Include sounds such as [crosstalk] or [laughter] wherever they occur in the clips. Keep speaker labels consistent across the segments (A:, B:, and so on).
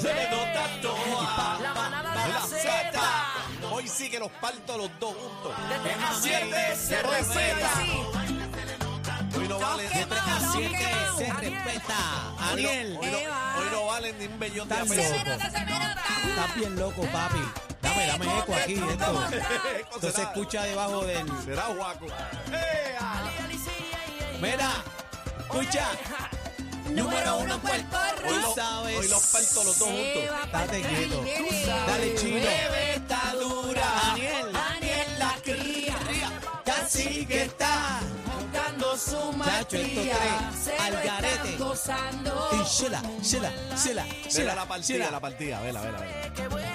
A: Se le nota toa.
B: La manada de la
A: Zeta.
B: Z.
A: Hoy sí que los parto los dos juntos.
B: Desde a
A: siete se respeta. Hoy no vale.
B: Dos quemados, dos
A: Hoy
B: quemados.
C: Se
B: Ariel.
C: respeta.
A: Ah, no-
C: Ariel,
A: Hoy no,
B: Eva.
A: hoy no valen ni un bellón de
C: Tan
A: apellido.
C: loco.
B: se me nota.
C: estás bien loco, papi. Dame, dame eco aquí.
B: ¿Cómo
C: Esto.
A: [laughs]
B: estás?
C: Esto se escucha debajo del.
A: Será guaco.
C: Mira, escucha.
B: Número uno, Puerto
C: Hoy
B: Rico.
C: lo- sabes.
A: Hoy los parto los dos juntos.
C: Date quieto. Dale,
B: Dale,
C: chino.
A: está dura.
C: Daniel,
B: Daniel la cría.
C: casi que está.
B: Dando su
C: Chacho, estos tres,
B: Se lo
C: al
B: están
C: garete.
B: gozando.
C: Y Shela, Shela, Shela,
A: Vela
C: Shela.
A: Oh. la partida,
C: Shela.
A: la partida. Vela, vela, vela. Vela,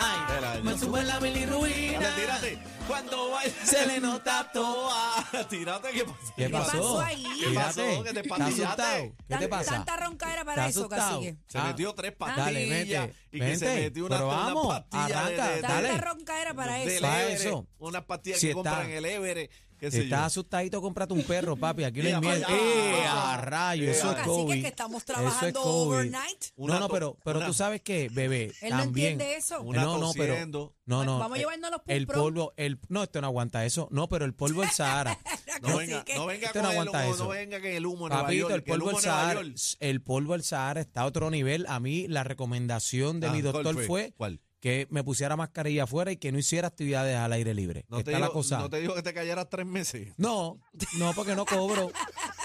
C: Ay,
A: yo
C: me subo en la
A: Dale,
C: bilirruina.
A: tírate. Cuando vaya.
C: Se le nota todo.
A: Toa. [laughs] Tírate que pasó.
C: ¿Qué
B: pasó
C: pasó?
B: ahí?
C: Tírate.
A: ¿Qué pasó? ¿Que te
C: ¿Estás
A: patillaste?
C: asustado? ¿Qué te
B: Tan-
C: pasa?
B: Tanta ronca era para
C: ¿Estás
B: eso,
C: asustado?
B: cacique.
A: Se
C: Ah,
A: metió tres pastillas
C: Dale, vente,
A: y que se
C: vente,
A: metió una,
C: pero
A: una
C: vamos,
A: pastilla
C: arranca,
A: de, de-
B: Tanta
C: dale.
B: ronca era para
A: del
B: eso.
C: Pa'
A: Everest,
C: eso.
A: una pastilla
C: Si
A: que
C: está-
A: compran en el Everest, qué sé
C: Si estás
A: yo.
C: asustadito, cómprate un perro, papi. Aquí no
A: Mira,
C: hay miedo.
A: vaya.
C: ¡Eh, a rayo! Eso es
A: Cacique,
C: COVID.
B: que estamos
C: Eso es
B: trabajando
C: COVID.
B: overnight.
A: Una
C: No, no,
A: to-
C: pero, pero
A: una-
C: tú sabes que, bebé,
B: Él no
C: también.
B: entiende eso.
A: Una
C: no, no, pero.
A: tosiendo.
C: No, no.
B: Vamos a
C: eh,
B: llevarnos los
C: El
B: Pulpron.
C: polvo, el, no, este no aguanta eso. No, pero el polvo del Sahara.
B: [laughs]
A: No venga,
B: Cacique.
A: no venga
C: Usted Este
A: con
C: no
A: el
C: aguanta
A: humo,
C: eso.
A: no venga con el humo en Nueva
C: Papito,
A: York,
C: el
A: que el
C: polvo
A: humo
C: del
A: en Nueva
C: Sahara,
A: York.
C: el polvo del Sahara está a otro nivel. A mí la recomendación de
A: Ah,
C: mi doctor
A: ¿cuál
C: fue,
A: fue? ¿Cuál?
C: que me pusiera mascarilla afuera y que no hiciera actividades al aire libre.
A: No te,
C: está
A: digo,
C: la cosa.
A: no te digo que te callaras tres meses.
C: No, no, porque no cobro.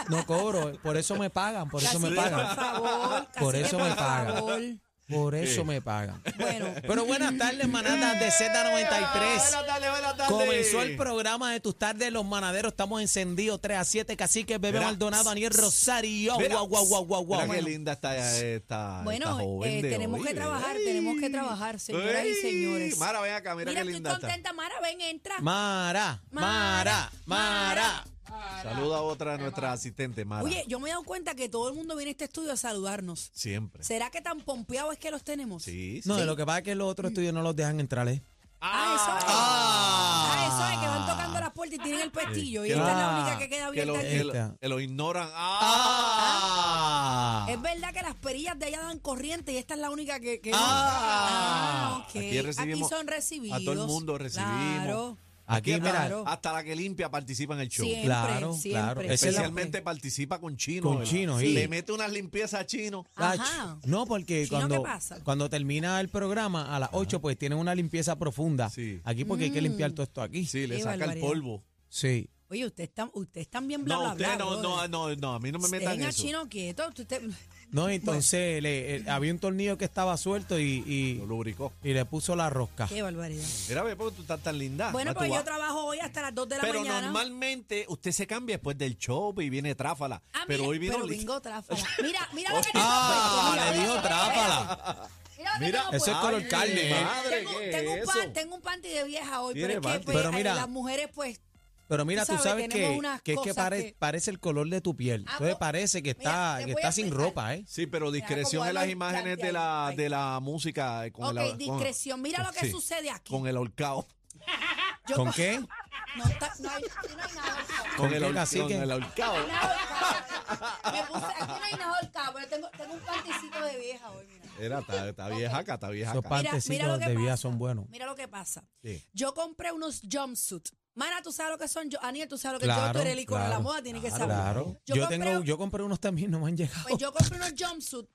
C: No cobro. Por eso me pagan, por eso me
B: Cacique,
C: pagan.
B: Por favor,
C: Por
B: cacique,
C: eso me
B: por
C: pagan.
B: favor.
C: Por
A: Eh.
C: eso me pagan.
B: Bueno,
C: Pero buenas tardes, manadas de Z93.
A: Ah, Buenas tardes, buenas tardes.
C: Comenzó el programa de tus tardes, los manaderos. Estamos encendidos 3 a 7. Cacique, Bebé
A: Mira.
C: Maldonado, Daniel Rosario.
A: Mira,
C: Guau, guau, guau, guau, guau.
A: Mira qué linda está esta, esta
B: bueno
A: joven
B: eh,
A: de
B: tenemos
A: hoy,
B: que
A: ¿eh?
B: trabajar, tenemos que trabajar, señoras y
A: Ey,
B: señores.
A: Mara, ven acá, mira,
B: Mira,
A: qué
B: estoy
A: linda está.
B: contenta, Mara, ven, entra.
C: Mara, Mara, Mara.
A: Saluda a otra de nuestras asistentes, Mara.
B: Oye, yo me he dado cuenta que todo el mundo viene a este estudio a saludarnos.
A: Siempre.
B: ¿Será que tan pompeado es que los tenemos?
A: Sí, sí.
C: No, de lo que pasa es que los
B: Mm.
C: otros estudios no los dejan entrar, ¿eh?
B: Ah, eso es.
C: Ah.
B: Ah, eso es que van tocando las puertas y tienen el pestillo. Y
A: Que
B: esta es
C: lo-
B: la única que queda
A: que
B: abierta
A: lo,
B: aquí.
A: que lo-
C: Esta.
A: que lo ignoran. ¡Ah!
B: Es verdad que las perillas de allá dan corriente y esta es la única que. que-
A: Ah.
B: Ah, ok.
A: Aquí recibimos
B: son recibidos.
A: a todo el mundo recibimos.
B: Claro.
C: Aquí,
A: hasta,
C: mira,
B: Claro.
A: hasta la que limpia participa en el show.
B: Siempre,
C: Claro,
B: siempre.
C: claro. Esa es la-
A: Especialmente participa con chino.
C: Con
A: ¿verdad?
C: Chino, sí.
A: Le mete unas limpiezas a chino.
B: Ajá.
C: Ach, Ah, No, porque
B: Chino,
C: cuando,
B: ¿qué pasa?
C: cuando termina el programa a las 8, pues tienen una limpieza profunda.
A: Sí.
C: Aquí porque
B: Mm.
C: hay que limpiar todo esto aquí.
A: Sí, le
B: Qué
A: saca el
B: barbaridad.
A: polvo.
C: Sí.
B: Oye, ustedes están usted está bien bla,
A: No,
B: bla, bla.
A: usted no, no,
B: brother.
A: no, no, a mí no me metan
B: Dejen a
A: eso.
B: chino quieto. usted- [laughs]
C: No, entonces le- eh, había un tornillo que estaba suelto y, y-
A: Lo lubricó.
C: y le puso la rosca.
B: Qué barbaridad.
A: Mira, ve, porque tú estás tan linda.
B: Bueno,
A: Ah, tú
B: pues yo
A: vas.
B: trabajo hoy hasta las 2 de la
A: Pero
B: mañana.
A: normalmente usted se cambia después del show y viene tráfala.
B: Ah, mira,
A: pero hoy vino
B: pero
A: li-
B: vengo tráfala.
A: [laughs]
B: Mira, mira lo que tengo puesto,
C: ¡Ah!
B: mira,
C: Le
B: mira,
C: dijo
B: mira,
C: trápala.
B: Mira, lo que
A: Mira,
B: tengo
C: Eso es
B: puesto.
C: color carne, ¿eh?
A: Madre,
B: tengo,
A: ¿qué
B: tengo
A: es
B: un pan-
A: eso?
B: tengo un panty de vieja hoy,
A: Tiene
B: pero es que
A: panty.
B: pues,
C: Pero
B: eh,
C: mira,
B: las mujeres pues
C: Pero mira,
B: Tú
C: tú,
B: sabes,
C: sabes,
B: tenemos
C: que,
B: unas
C: que es que,
B: cosas
C: pare-
B: que-
C: parece el color de tu piel.
B: Ah,
C: Entonces
B: vos-
C: parece que está,
B: Mira, te
C: que
B: voy
C: está
B: a
C: sin
B: explicar.
C: ropa, ¿eh?
A: Sí, pero discreción
B: acomodarlo
A: en las
B: ahí,
A: imágenes de
B: ahí,
A: la,
B: ahí.
A: de la música. eh, Con
B: Ok,
A: el, con-
B: discreción. Mira lo que
A: sí,
B: sucede aquí.
A: Con el horcao.
B: Yo-
C: ¿Con qué?
B: [laughs] No, está, no, hay, aquí no hay nada. ahorcado.
C: ¿Con
A: el,
C: qué,
A: hor-
C: cacique?
A: con el ahorcado.
B: Ah, Nada ahorcado. Me puse, aquí no hay nada ahorcado, pero tengo, tengo un panticito de vieja hoy, mira.
A: Era, está, está vieja acá, está vieja
C: Esos
A: acá.
C: pan- Pantecitos de vieja son buenos.
B: Mira lo que pasa.
A: Sí.
B: Yo compré unos jumpsuits. Mara, tú sabes lo que son. Yo, Aniel, tú sabes lo que yo, tú
C: Claro,
B: eres el icono de la
C: claro,
B: moda, tiene que saber.
C: Claro. Yo,
B: compré-
C: tengo, yo compré unos también, no me han llegado.
B: Pues yo compré unos jumpsuits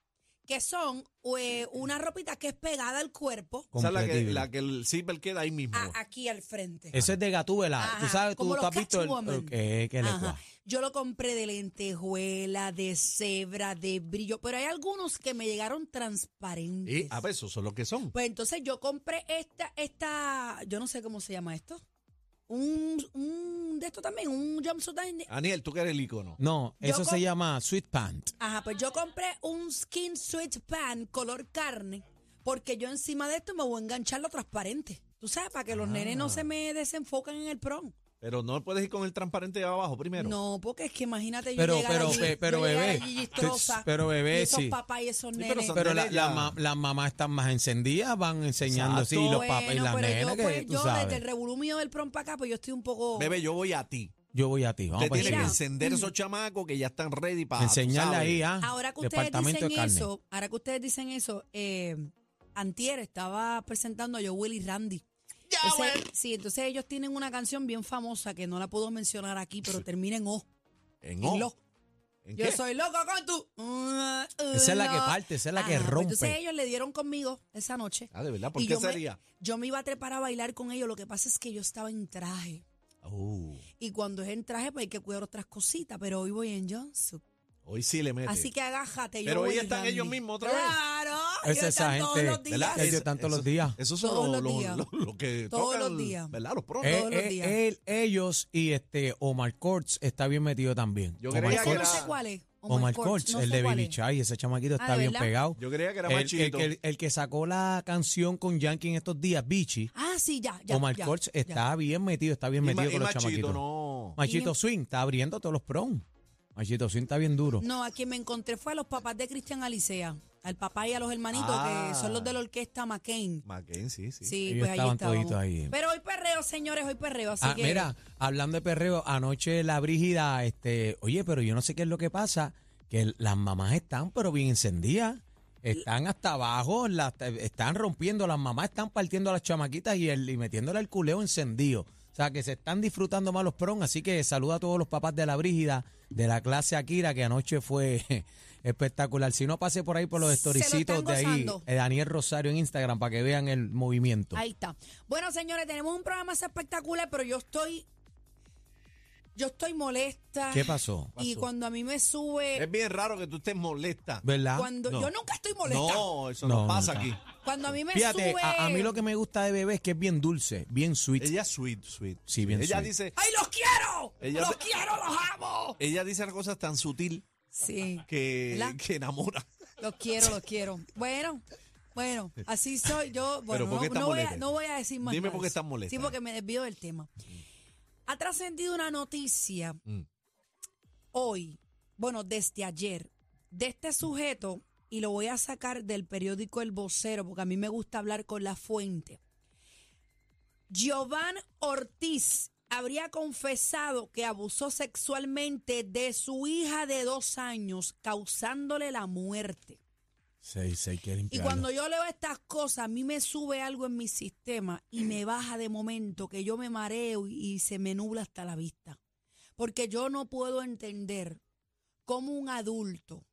B: que son eh, una ropita que es pegada al cuerpo,
A: O sea, la que,
C: Completible.
A: la que el zipper queda ahí mismo.
B: a- aquí al frente.
C: Eso es de Gatúbela.
B: Ajá,
C: Tú sabes, tú, tú
B: como los
C: has visto el.
B: Catwoman.
C: ok, qué
B: Ajá.
C: lengua.
B: Yo lo compré de lentejuela, de cebra, de brillo, pero hay algunos que me llegaron transparentes.
A: Y, ah, a ver, esos son los que son.
B: Pues entonces yo compré esta, esta, yo no sé cómo se llama esto. Un, un de esto también, un jumpsuit. también.
A: Aniel, tú que eres el icono.
C: No,
B: Yo
C: eso
B: com-
C: se llama Sweet Pant.
B: Ajá, pues yo compré un skin sweet pan color carne, porque yo encima de esto me voy a enganchar lo transparente. Tú sabes, para que los nenes
C: Ah.
B: no se me desenfocan en el prom.
A: Pero no puedes ir con el transparente de abajo primero.
B: No, porque es que imagínate
C: Pero-
B: yo llegar
C: pero,
B: allí,
C: pe- pero
B: yo llegar
C: bebé,
B: allí y
C: te-
B: troza,
C: pero bebé,
B: y esos
C: sí.
B: papás y esos
A: pero
B: nenes.
A: son-
C: Pero la-
A: Nene,
C: la
A: ya.
C: ma- las mamás están más encendidas, van enseñando sí,
A: Exacto.
C: los papás y
B: Bueno,
C: las
B: pero
C: nenas,
B: yo,
C: que
B: pues,
C: tú
B: yo desde
C: sabes.
B: el revolumio del prom para acá, pues yo estoy un poco...
A: Bebé, yo voy a ti.
C: yo voy a ti. Vamos
A: Usted
C: para
A: tiene que
B: Mira.
A: encender esos chamacos que ya están ready para.
C: pues, Enseñarle ahí, ¿ah?
B: Ahora que ustedes
C: Departamento
B: dicen
C: de carne.
B: eso, ahora que ustedes dicen eso, eh, Antier estaba presentando a Joel y Randy. Entonces, sí, entonces ellos tienen una canción bien famosa que no la puedo mencionar aquí, pero termina en O.
A: En
B: en
A: O.
B: lo.
A: ¿En
B: Yo
A: qué?
B: soy loco con tu. uh,
C: Esa es la que parte, esa es la que
B: Ajá, pues Entonces
C: rompe.
B: ellos le dieron conmigo esa noche.
A: Ah, de verdad,
B: Y
A: ¿por qué
B: yo me-
A: sería?
B: Yo me iba a trepar a bailar con ellos. Lo que pasa es que yo estaba en traje.
A: Uh,
B: Y cuando es en traje, pues hay que cuidar otras cositas. Pero hoy voy en jumpsuit.
A: hoy sí le mete.
B: Así que agájate. yo
A: Pero
B: voy
A: ahí están
B: Randy.
A: ellos mismos otra vez.
B: Claro. ellos
C: Esa es esa
B: están todos los
C: gente,
B: días.
A: ¿verdad?
C: Ellos
A: Eso-
C: están todos los
A: eso-
C: días.
A: Esos son
B: Todos
A: los,
B: los
A: los,
B: días.
A: los- los que
B: Todos
A: tocan,
B: los días.
A: ¿verdad? Los pros.
B: Eh,
C: Eh,
B: todos los
C: eh,
B: días.
C: él, ellos y este Omar Courts está bien metido también.
A: Yo
C: Omar
A: creía
B: Ese
A: que
B: no
A: era-
C: Courts.
B: sé cuál es.
C: Omar Courts,
B: no
C: el
B: sé
C: de
B: cuál
C: Baby
B: es.
C: Chai, ese chamaquito
B: Ah,
C: está
B: ¿de
C: bien
B: verdad?
C: pegado.
A: Yo creía que era
C: El-
A: más
C: el,
A: chiquito.
C: que- el que sacó la canción con Yankee en estos días, Bichi,
B: Ah, sí, ya. ya
C: Omar
B: ya,
C: Courts
B: ya.
C: está bien metido, está bien
A: Y
C: metido
A: ma- y
C: con los
A: machito,
C: chamaquitos.
A: no.
C: Machito Swing está abriendo todos los prom. Machito Swing está bien duro.
B: No, a quien me encontré fue a los papás de Cristian Alicea, al papá y a los hermanitos
A: Ah.
B: que son los de la orquesta McCain.
A: Mackenzie, sí.
B: Sí,
C: Ellos
B: pues ahí
C: estaban
B: estábamos.
C: toditos ahí.
B: Pero hoy perreo, señores, hoy perreo, así
C: Ah,
B: que
C: mira, hablando de perreo, anoche la Brígida, este, oye, pero yo no sé qué es lo que pasa, que el- las mamás están pero bien encendidas, están hasta abajo, la- están rompiendo, las mamás están partiendo a las chamaquitas y, el, y metiéndole el culeo encendido. O sea, que se están disfrutando más los prom, así que saluda a todos los papás de la Brígida, de la clase Akira, que anoche fue [laughs] espectacular. Si no, pase por ahí por los
B: Se lo
C: storicitos
B: están
C: de ahí,
B: gozando.
C: eh, Daniel Rosario en Instagram, para que vean el movimiento.
B: ahí está. Bueno, señores, tenemos un programa espectacular, pero yo estoy yo estoy molesta.
C: ¿Qué pasó?
B: Y cuando a mí me sube
A: Es bien raro que tú estés molesta.
C: ¿Verdad?
B: cuando
A: ¿Ah? no.
B: yo nunca estoy molesta.
A: No, eso
C: No,
A: no, pasa
C: no.
A: aquí.
B: Cuando a mí me
C: Fíjate,
B: Pues, sube
C: a, a mí lo que me gusta de bebé es que es bien dulce, bien sweet.
A: Ella es sweet, sweet.
C: Sí, bien
A: ella
C: sweet.
A: dice,
B: ¡Ay, los quiero!
A: Ella
B: ¡Los
A: se-
B: quiero, los amo!
A: ella dice las cosas tan sutil
B: Sí.
A: que,
B: ¿Verdad?
A: que enamora.
B: Los quiero, los quiero. Bueno, bueno, así soy yo. Bueno,
A: Pero ¿por qué
B: no,
A: estás
B: no voy a,
A: molesta?
B: no voy a decir más
A: Dime
B: nada
A: por
B: de
A: qué
B: eso.
A: estás molesta.
B: Sí, porque me desvío del tema. Ha trascendido una noticia
A: Mm.
B: hoy, bueno, desde ayer, de este sujeto, y lo voy a sacar del periódico El Vocero, porque a mí me gusta hablar con la fuente. Giovanni Ortiz habría confesado que abusó sexualmente de su hija de dos años, causándole la muerte.
C: Sí, sí, hay que
B: Y
C: limpiarlo.
B: cuando yo leo estas cosas, a mí me sube algo en mi sistema y me baja de momento, que yo me mareo y, y se me nubla hasta la vista. Porque yo no puedo entender cómo un adulto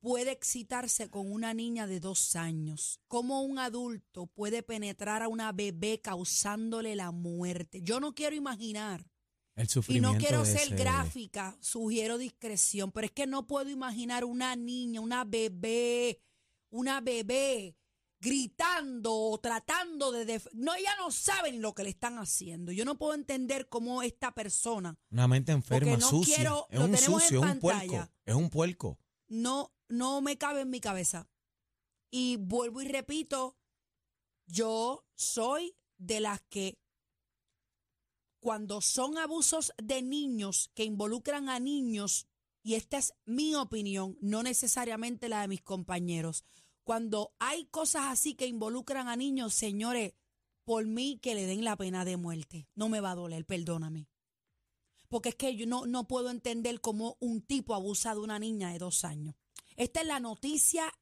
B: puede excitarse con una niña de dos años, cómo un adulto puede penetrar a una bebé causándole la muerte. Yo no quiero imaginar
C: el
B: y
C: sufrimiento
B: no quiero
C: de
B: ser
C: ese bebé.
B: gráfica, sugiero discreción, pero es que no puedo imaginar una niña, una bebé, una bebé gritando o tratando de... def- No, ella no sabe ni lo que le están haciendo. Yo no puedo entender cómo esta persona
C: Una mente enferma,
B: Porque no
C: sucia.
B: quiero-
C: es
B: lo
C: un
B: tenemos en
C: sucio, es un
B: pantalla.
C: puerco. Es un puerco.
B: no, no me cabe en mi cabeza. Y vuelvo y repito, yo soy de las que cuando son abusos de niños que involucran a niños, y esta es mi opinión, no necesariamente la de mis compañeros, cuando hay cosas así que involucran a niños, señores, por mí que le den la pena de muerte, no me va a doler, perdóname. Porque es que yo no, no puedo entender cómo un tipo abusa de una niña de dos años. Esta es la noticia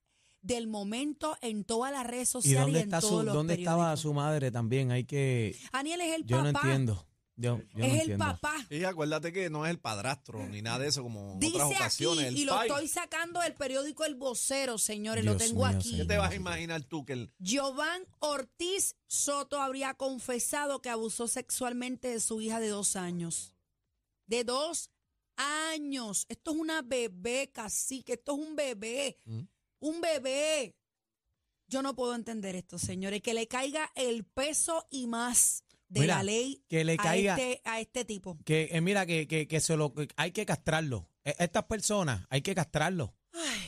B: del momento en todas las redes
C: ¿Y
B: sociales.
C: dónde,
B: en
C: está su-
B: todos los
C: dónde estaba
B: periódicos.
C: su madre también? Hay que...
B: Aniel es el
C: Yo no
B: papá.
C: entiendo. Yo, yo
B: es
C: no
B: el
C: entiendo.
B: papá.
A: Y acuérdate que no es el padrastro ni nada de eso como en
B: Dice
A: otras
B: aquí,
A: ocasiones. el
B: y lo
A: pai.
B: estoy sacando del periódico El Vocero, señores, lo
C: Dios
B: tengo
C: mío,
B: aquí.
A: ¿Qué te
C: Señor,
A: vas a
C: sí.
A: imaginar tú que el,
B: Giovanni Ortiz Soto habría confesado que abusó sexualmente de su hija de dos años. De dos años. Esto es una bebé, cacique. Esto es un bebé.
A: Mm.
B: Un bebé. Yo no puedo entender esto, señores. Que le caiga el peso y más de
C: Mira,
B: la ley
C: que le
B: a
C: caiga-
B: este- a este tipo.
C: Que eh, mira, que, que, que se lo, que hay que castrarlo. E- Estas personas hay que castrarlo.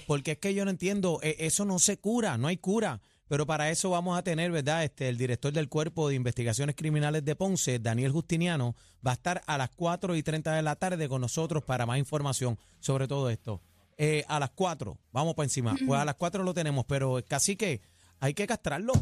C: Porque es que yo no entiendo, e- eso no se cura, no hay cura. Pero para eso vamos a tener, ¿verdad? Este, el director del Cuerpo de Investigaciones Criminales de Ponce, Daniel Justiniano, va a estar a las 4 y 30 de la tarde con nosotros para más información sobre todo esto. Eh, a las 4, vamos para encima. Pues a las 4 lo tenemos, pero casi que hay que castrarlo.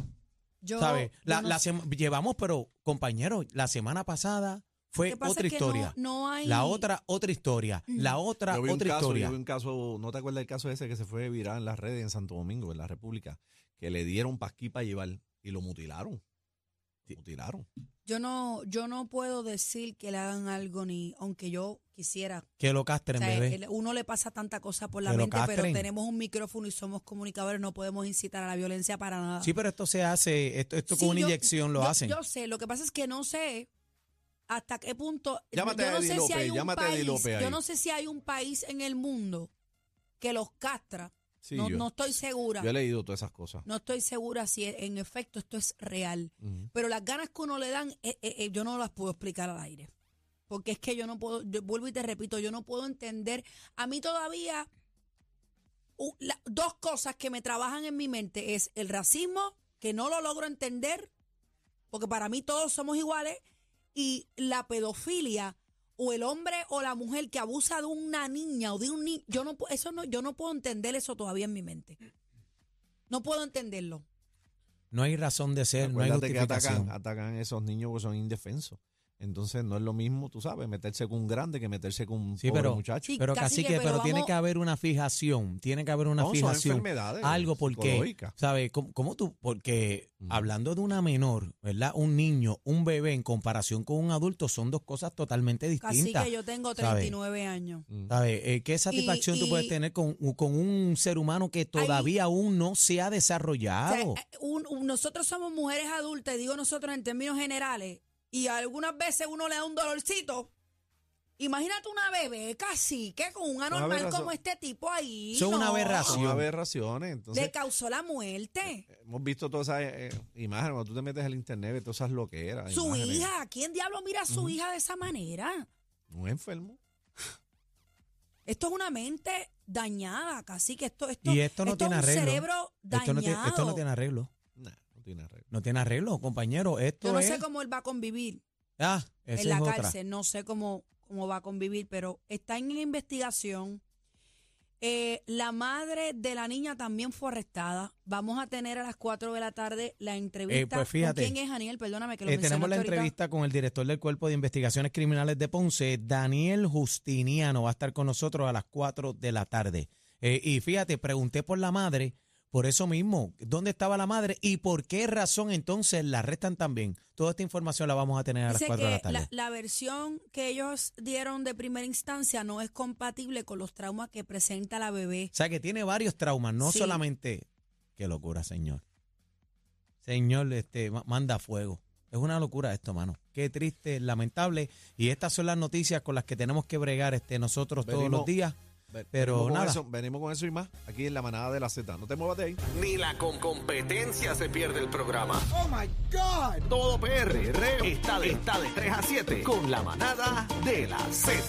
B: Yo,
C: ¿Sabes?
B: yo
C: La,
B: no
C: la
B: sé.
C: sema- llevamos, pero compañeros, la semana pasada fue
B: que pasa
C: otra
B: es que no-
C: historia.
B: no hay-
C: La otra, otra historia. La otra,
A: Yo vi un
C: otra
A: caso,
C: historia.
A: yo vi un caso, ¿no te acuerdas del caso ese que se fue viral en las redes en Santo Domingo, en la República? Que le dieron pasquí para llevar y lo mutilaron. Mutilaron.
B: Yo no, yo no puedo decir que le hagan algo ni, aunque yo quisiera.
C: Que lo castren,
B: O sea,
C: bebé.
B: el- uno le pasa tanta cosa por la
C: Que lo
B: mente, pero
C: castren.
B: tenemos un micrófono y somos comunicadores, no podemos incitar a la violencia para nada.
C: Sí, pero esto se hace, esto, esto
B: Sí,
C: con una
B: yo-
C: inyección lo
B: yo-
C: hacen.
B: Yo sé, lo que pasa es que no sé hasta qué punto.
A: Llámate
B: yo no
A: a Eddie
B: sé si
A: López,
B: hay un
A: llámate a Eddie
B: país,
A: López ahí.
B: yo no sé si hay un país en el mundo que los castra.
A: Sí,
B: no,
A: yo,
B: no estoy segura.
A: yo he leído todas esas cosas.
B: No estoy segura si e- en efecto esto es real.
A: Ujú.
B: Pero las ganas que uno le dan, eh, eh, eh, yo no las puedo explicar al aire. Porque es que yo no puedo, yo vuelvo y te repito, yo no puedo entender. A mí todavía, u- la- dos cosas que me trabajan en mi mente es el racismo, que no lo logro entender, porque para mí todos somos iguales, y la pedofilia, o el hombre o la mujer que abusa de una niña o de un niño. Yo no, pu- eso no, yo no puedo entender eso todavía en mi mente. No puedo entenderlo.
C: No hay razón de ser, no hay
A: Acuérdate que
C: justificación.
A: atacan, atacan a esos niños porque son indefensos. Entonces no es lo mismo, tú sabes, meterse con un grande que meterse con un
C: Sí,
A: pobre
C: pero-
A: muchacho.
B: Sí,
C: pero
B: cacique,
C: casi que, pero,
B: pero
C: tiene
B: vamos-
C: que haber una fijación, tiene que haber una
A: No, son
C: fijación.
A: enfermedades
C: Algo porque,
A: psicológicas.
C: ¿sabes? ¿Cómo, cómo tú? Porque
A: Mm.
C: hablando de una menor, ¿verdad? Un niño, un bebé en comparación con un adulto son dos cosas totalmente
B: Casi
C: distintas.
B: que yo tengo
C: ¿sabe?
B: 39 años.
A: Mm.
C: ¿Sabes? Eh, ¿Qué satisfacción tú
B: y-
C: puedes tener con, con un ser humano que todavía aún no se ha
B: O sea,
C: desarrollado?
B: eh, un- un- nosotros somos mujeres adultas, y digo nosotros en términos generales, y algunas veces uno le da un dolorcito. Imagínate una bebé casi que con un anormal
A: aberración.
B: como este tipo ahí.
C: Son una
B: no,
C: aberración.
A: Son aberraciones. Entonces,
B: Le causó la muerte.
A: hemos visto todas esas eh, eh, imágenes. Cuando tú te metes al internet, ves todas esas
C: eh,
A: loqueras.
B: Su
A: imágenes.
B: hija, ¿quién diablo mira a su hija de esa manera?
A: No es enfermo.
B: Esto es una mente dañada, casi que esto, esto,
C: Y esto no tiene
B: es un
C: arreglo.
B: cerebro dañado.
C: esto, no tiene, esto no tiene arreglo.
A: Nah, no tiene arreglo.
C: No tiene arreglo, compañero. Esto
B: Yo no
C: es.
B: sé cómo él va a convivir.
C: Ah, esa
B: en la
C: es otra.
B: cárcel. No sé cómo, cómo va a convivir, pero está en investigación. Eh, la madre de la niña también fue arrestada. Vamos a tener a las 4 de la tarde la entrevista.
C: Eh, pues
B: ¿Con
C: fíjate.
B: ¿Quién es Aniel? Perdóname que lo
C: Eh, tenemos
B: mencionaste
C: la
B: ahorita.
C: entrevista con el director del Cuerpo de Investigaciones Criminales de Ponce, Daniel Justiniano. Va a estar con nosotros a las 4 de la tarde. Eh, y fíjate, pregunté por la madre, por eso mismo, ¿dónde estaba la madre y por qué razón entonces la arrestan también? Toda esta información la vamos a tener a las
B: Dice
C: 4
B: que
C: de la tarde.
B: la, la versión que ellos dieron de primera instancia no es compatible con los traumas que presenta la bebé.
C: O sea que tiene varios traumas, no
B: Sí.
C: solamente. Qué locura, señor. Señor, este, ma- manda fuego. Es una locura esto, mano. Qué triste, lamentable. Y estas son las noticias con las que tenemos que bregar este, nosotros todos los
A: Venimos-
C: días.
A: Ve-
C: Pero
A: venimos con
C: nada.
A: eso- venimos con eso y más aquí en la manada de la Z. No te muevas de ahí.
D: Ni la con competencia se pierde el programa. Oh my God. Todo PR está de, está de 3 a 7 con la manada de la Z.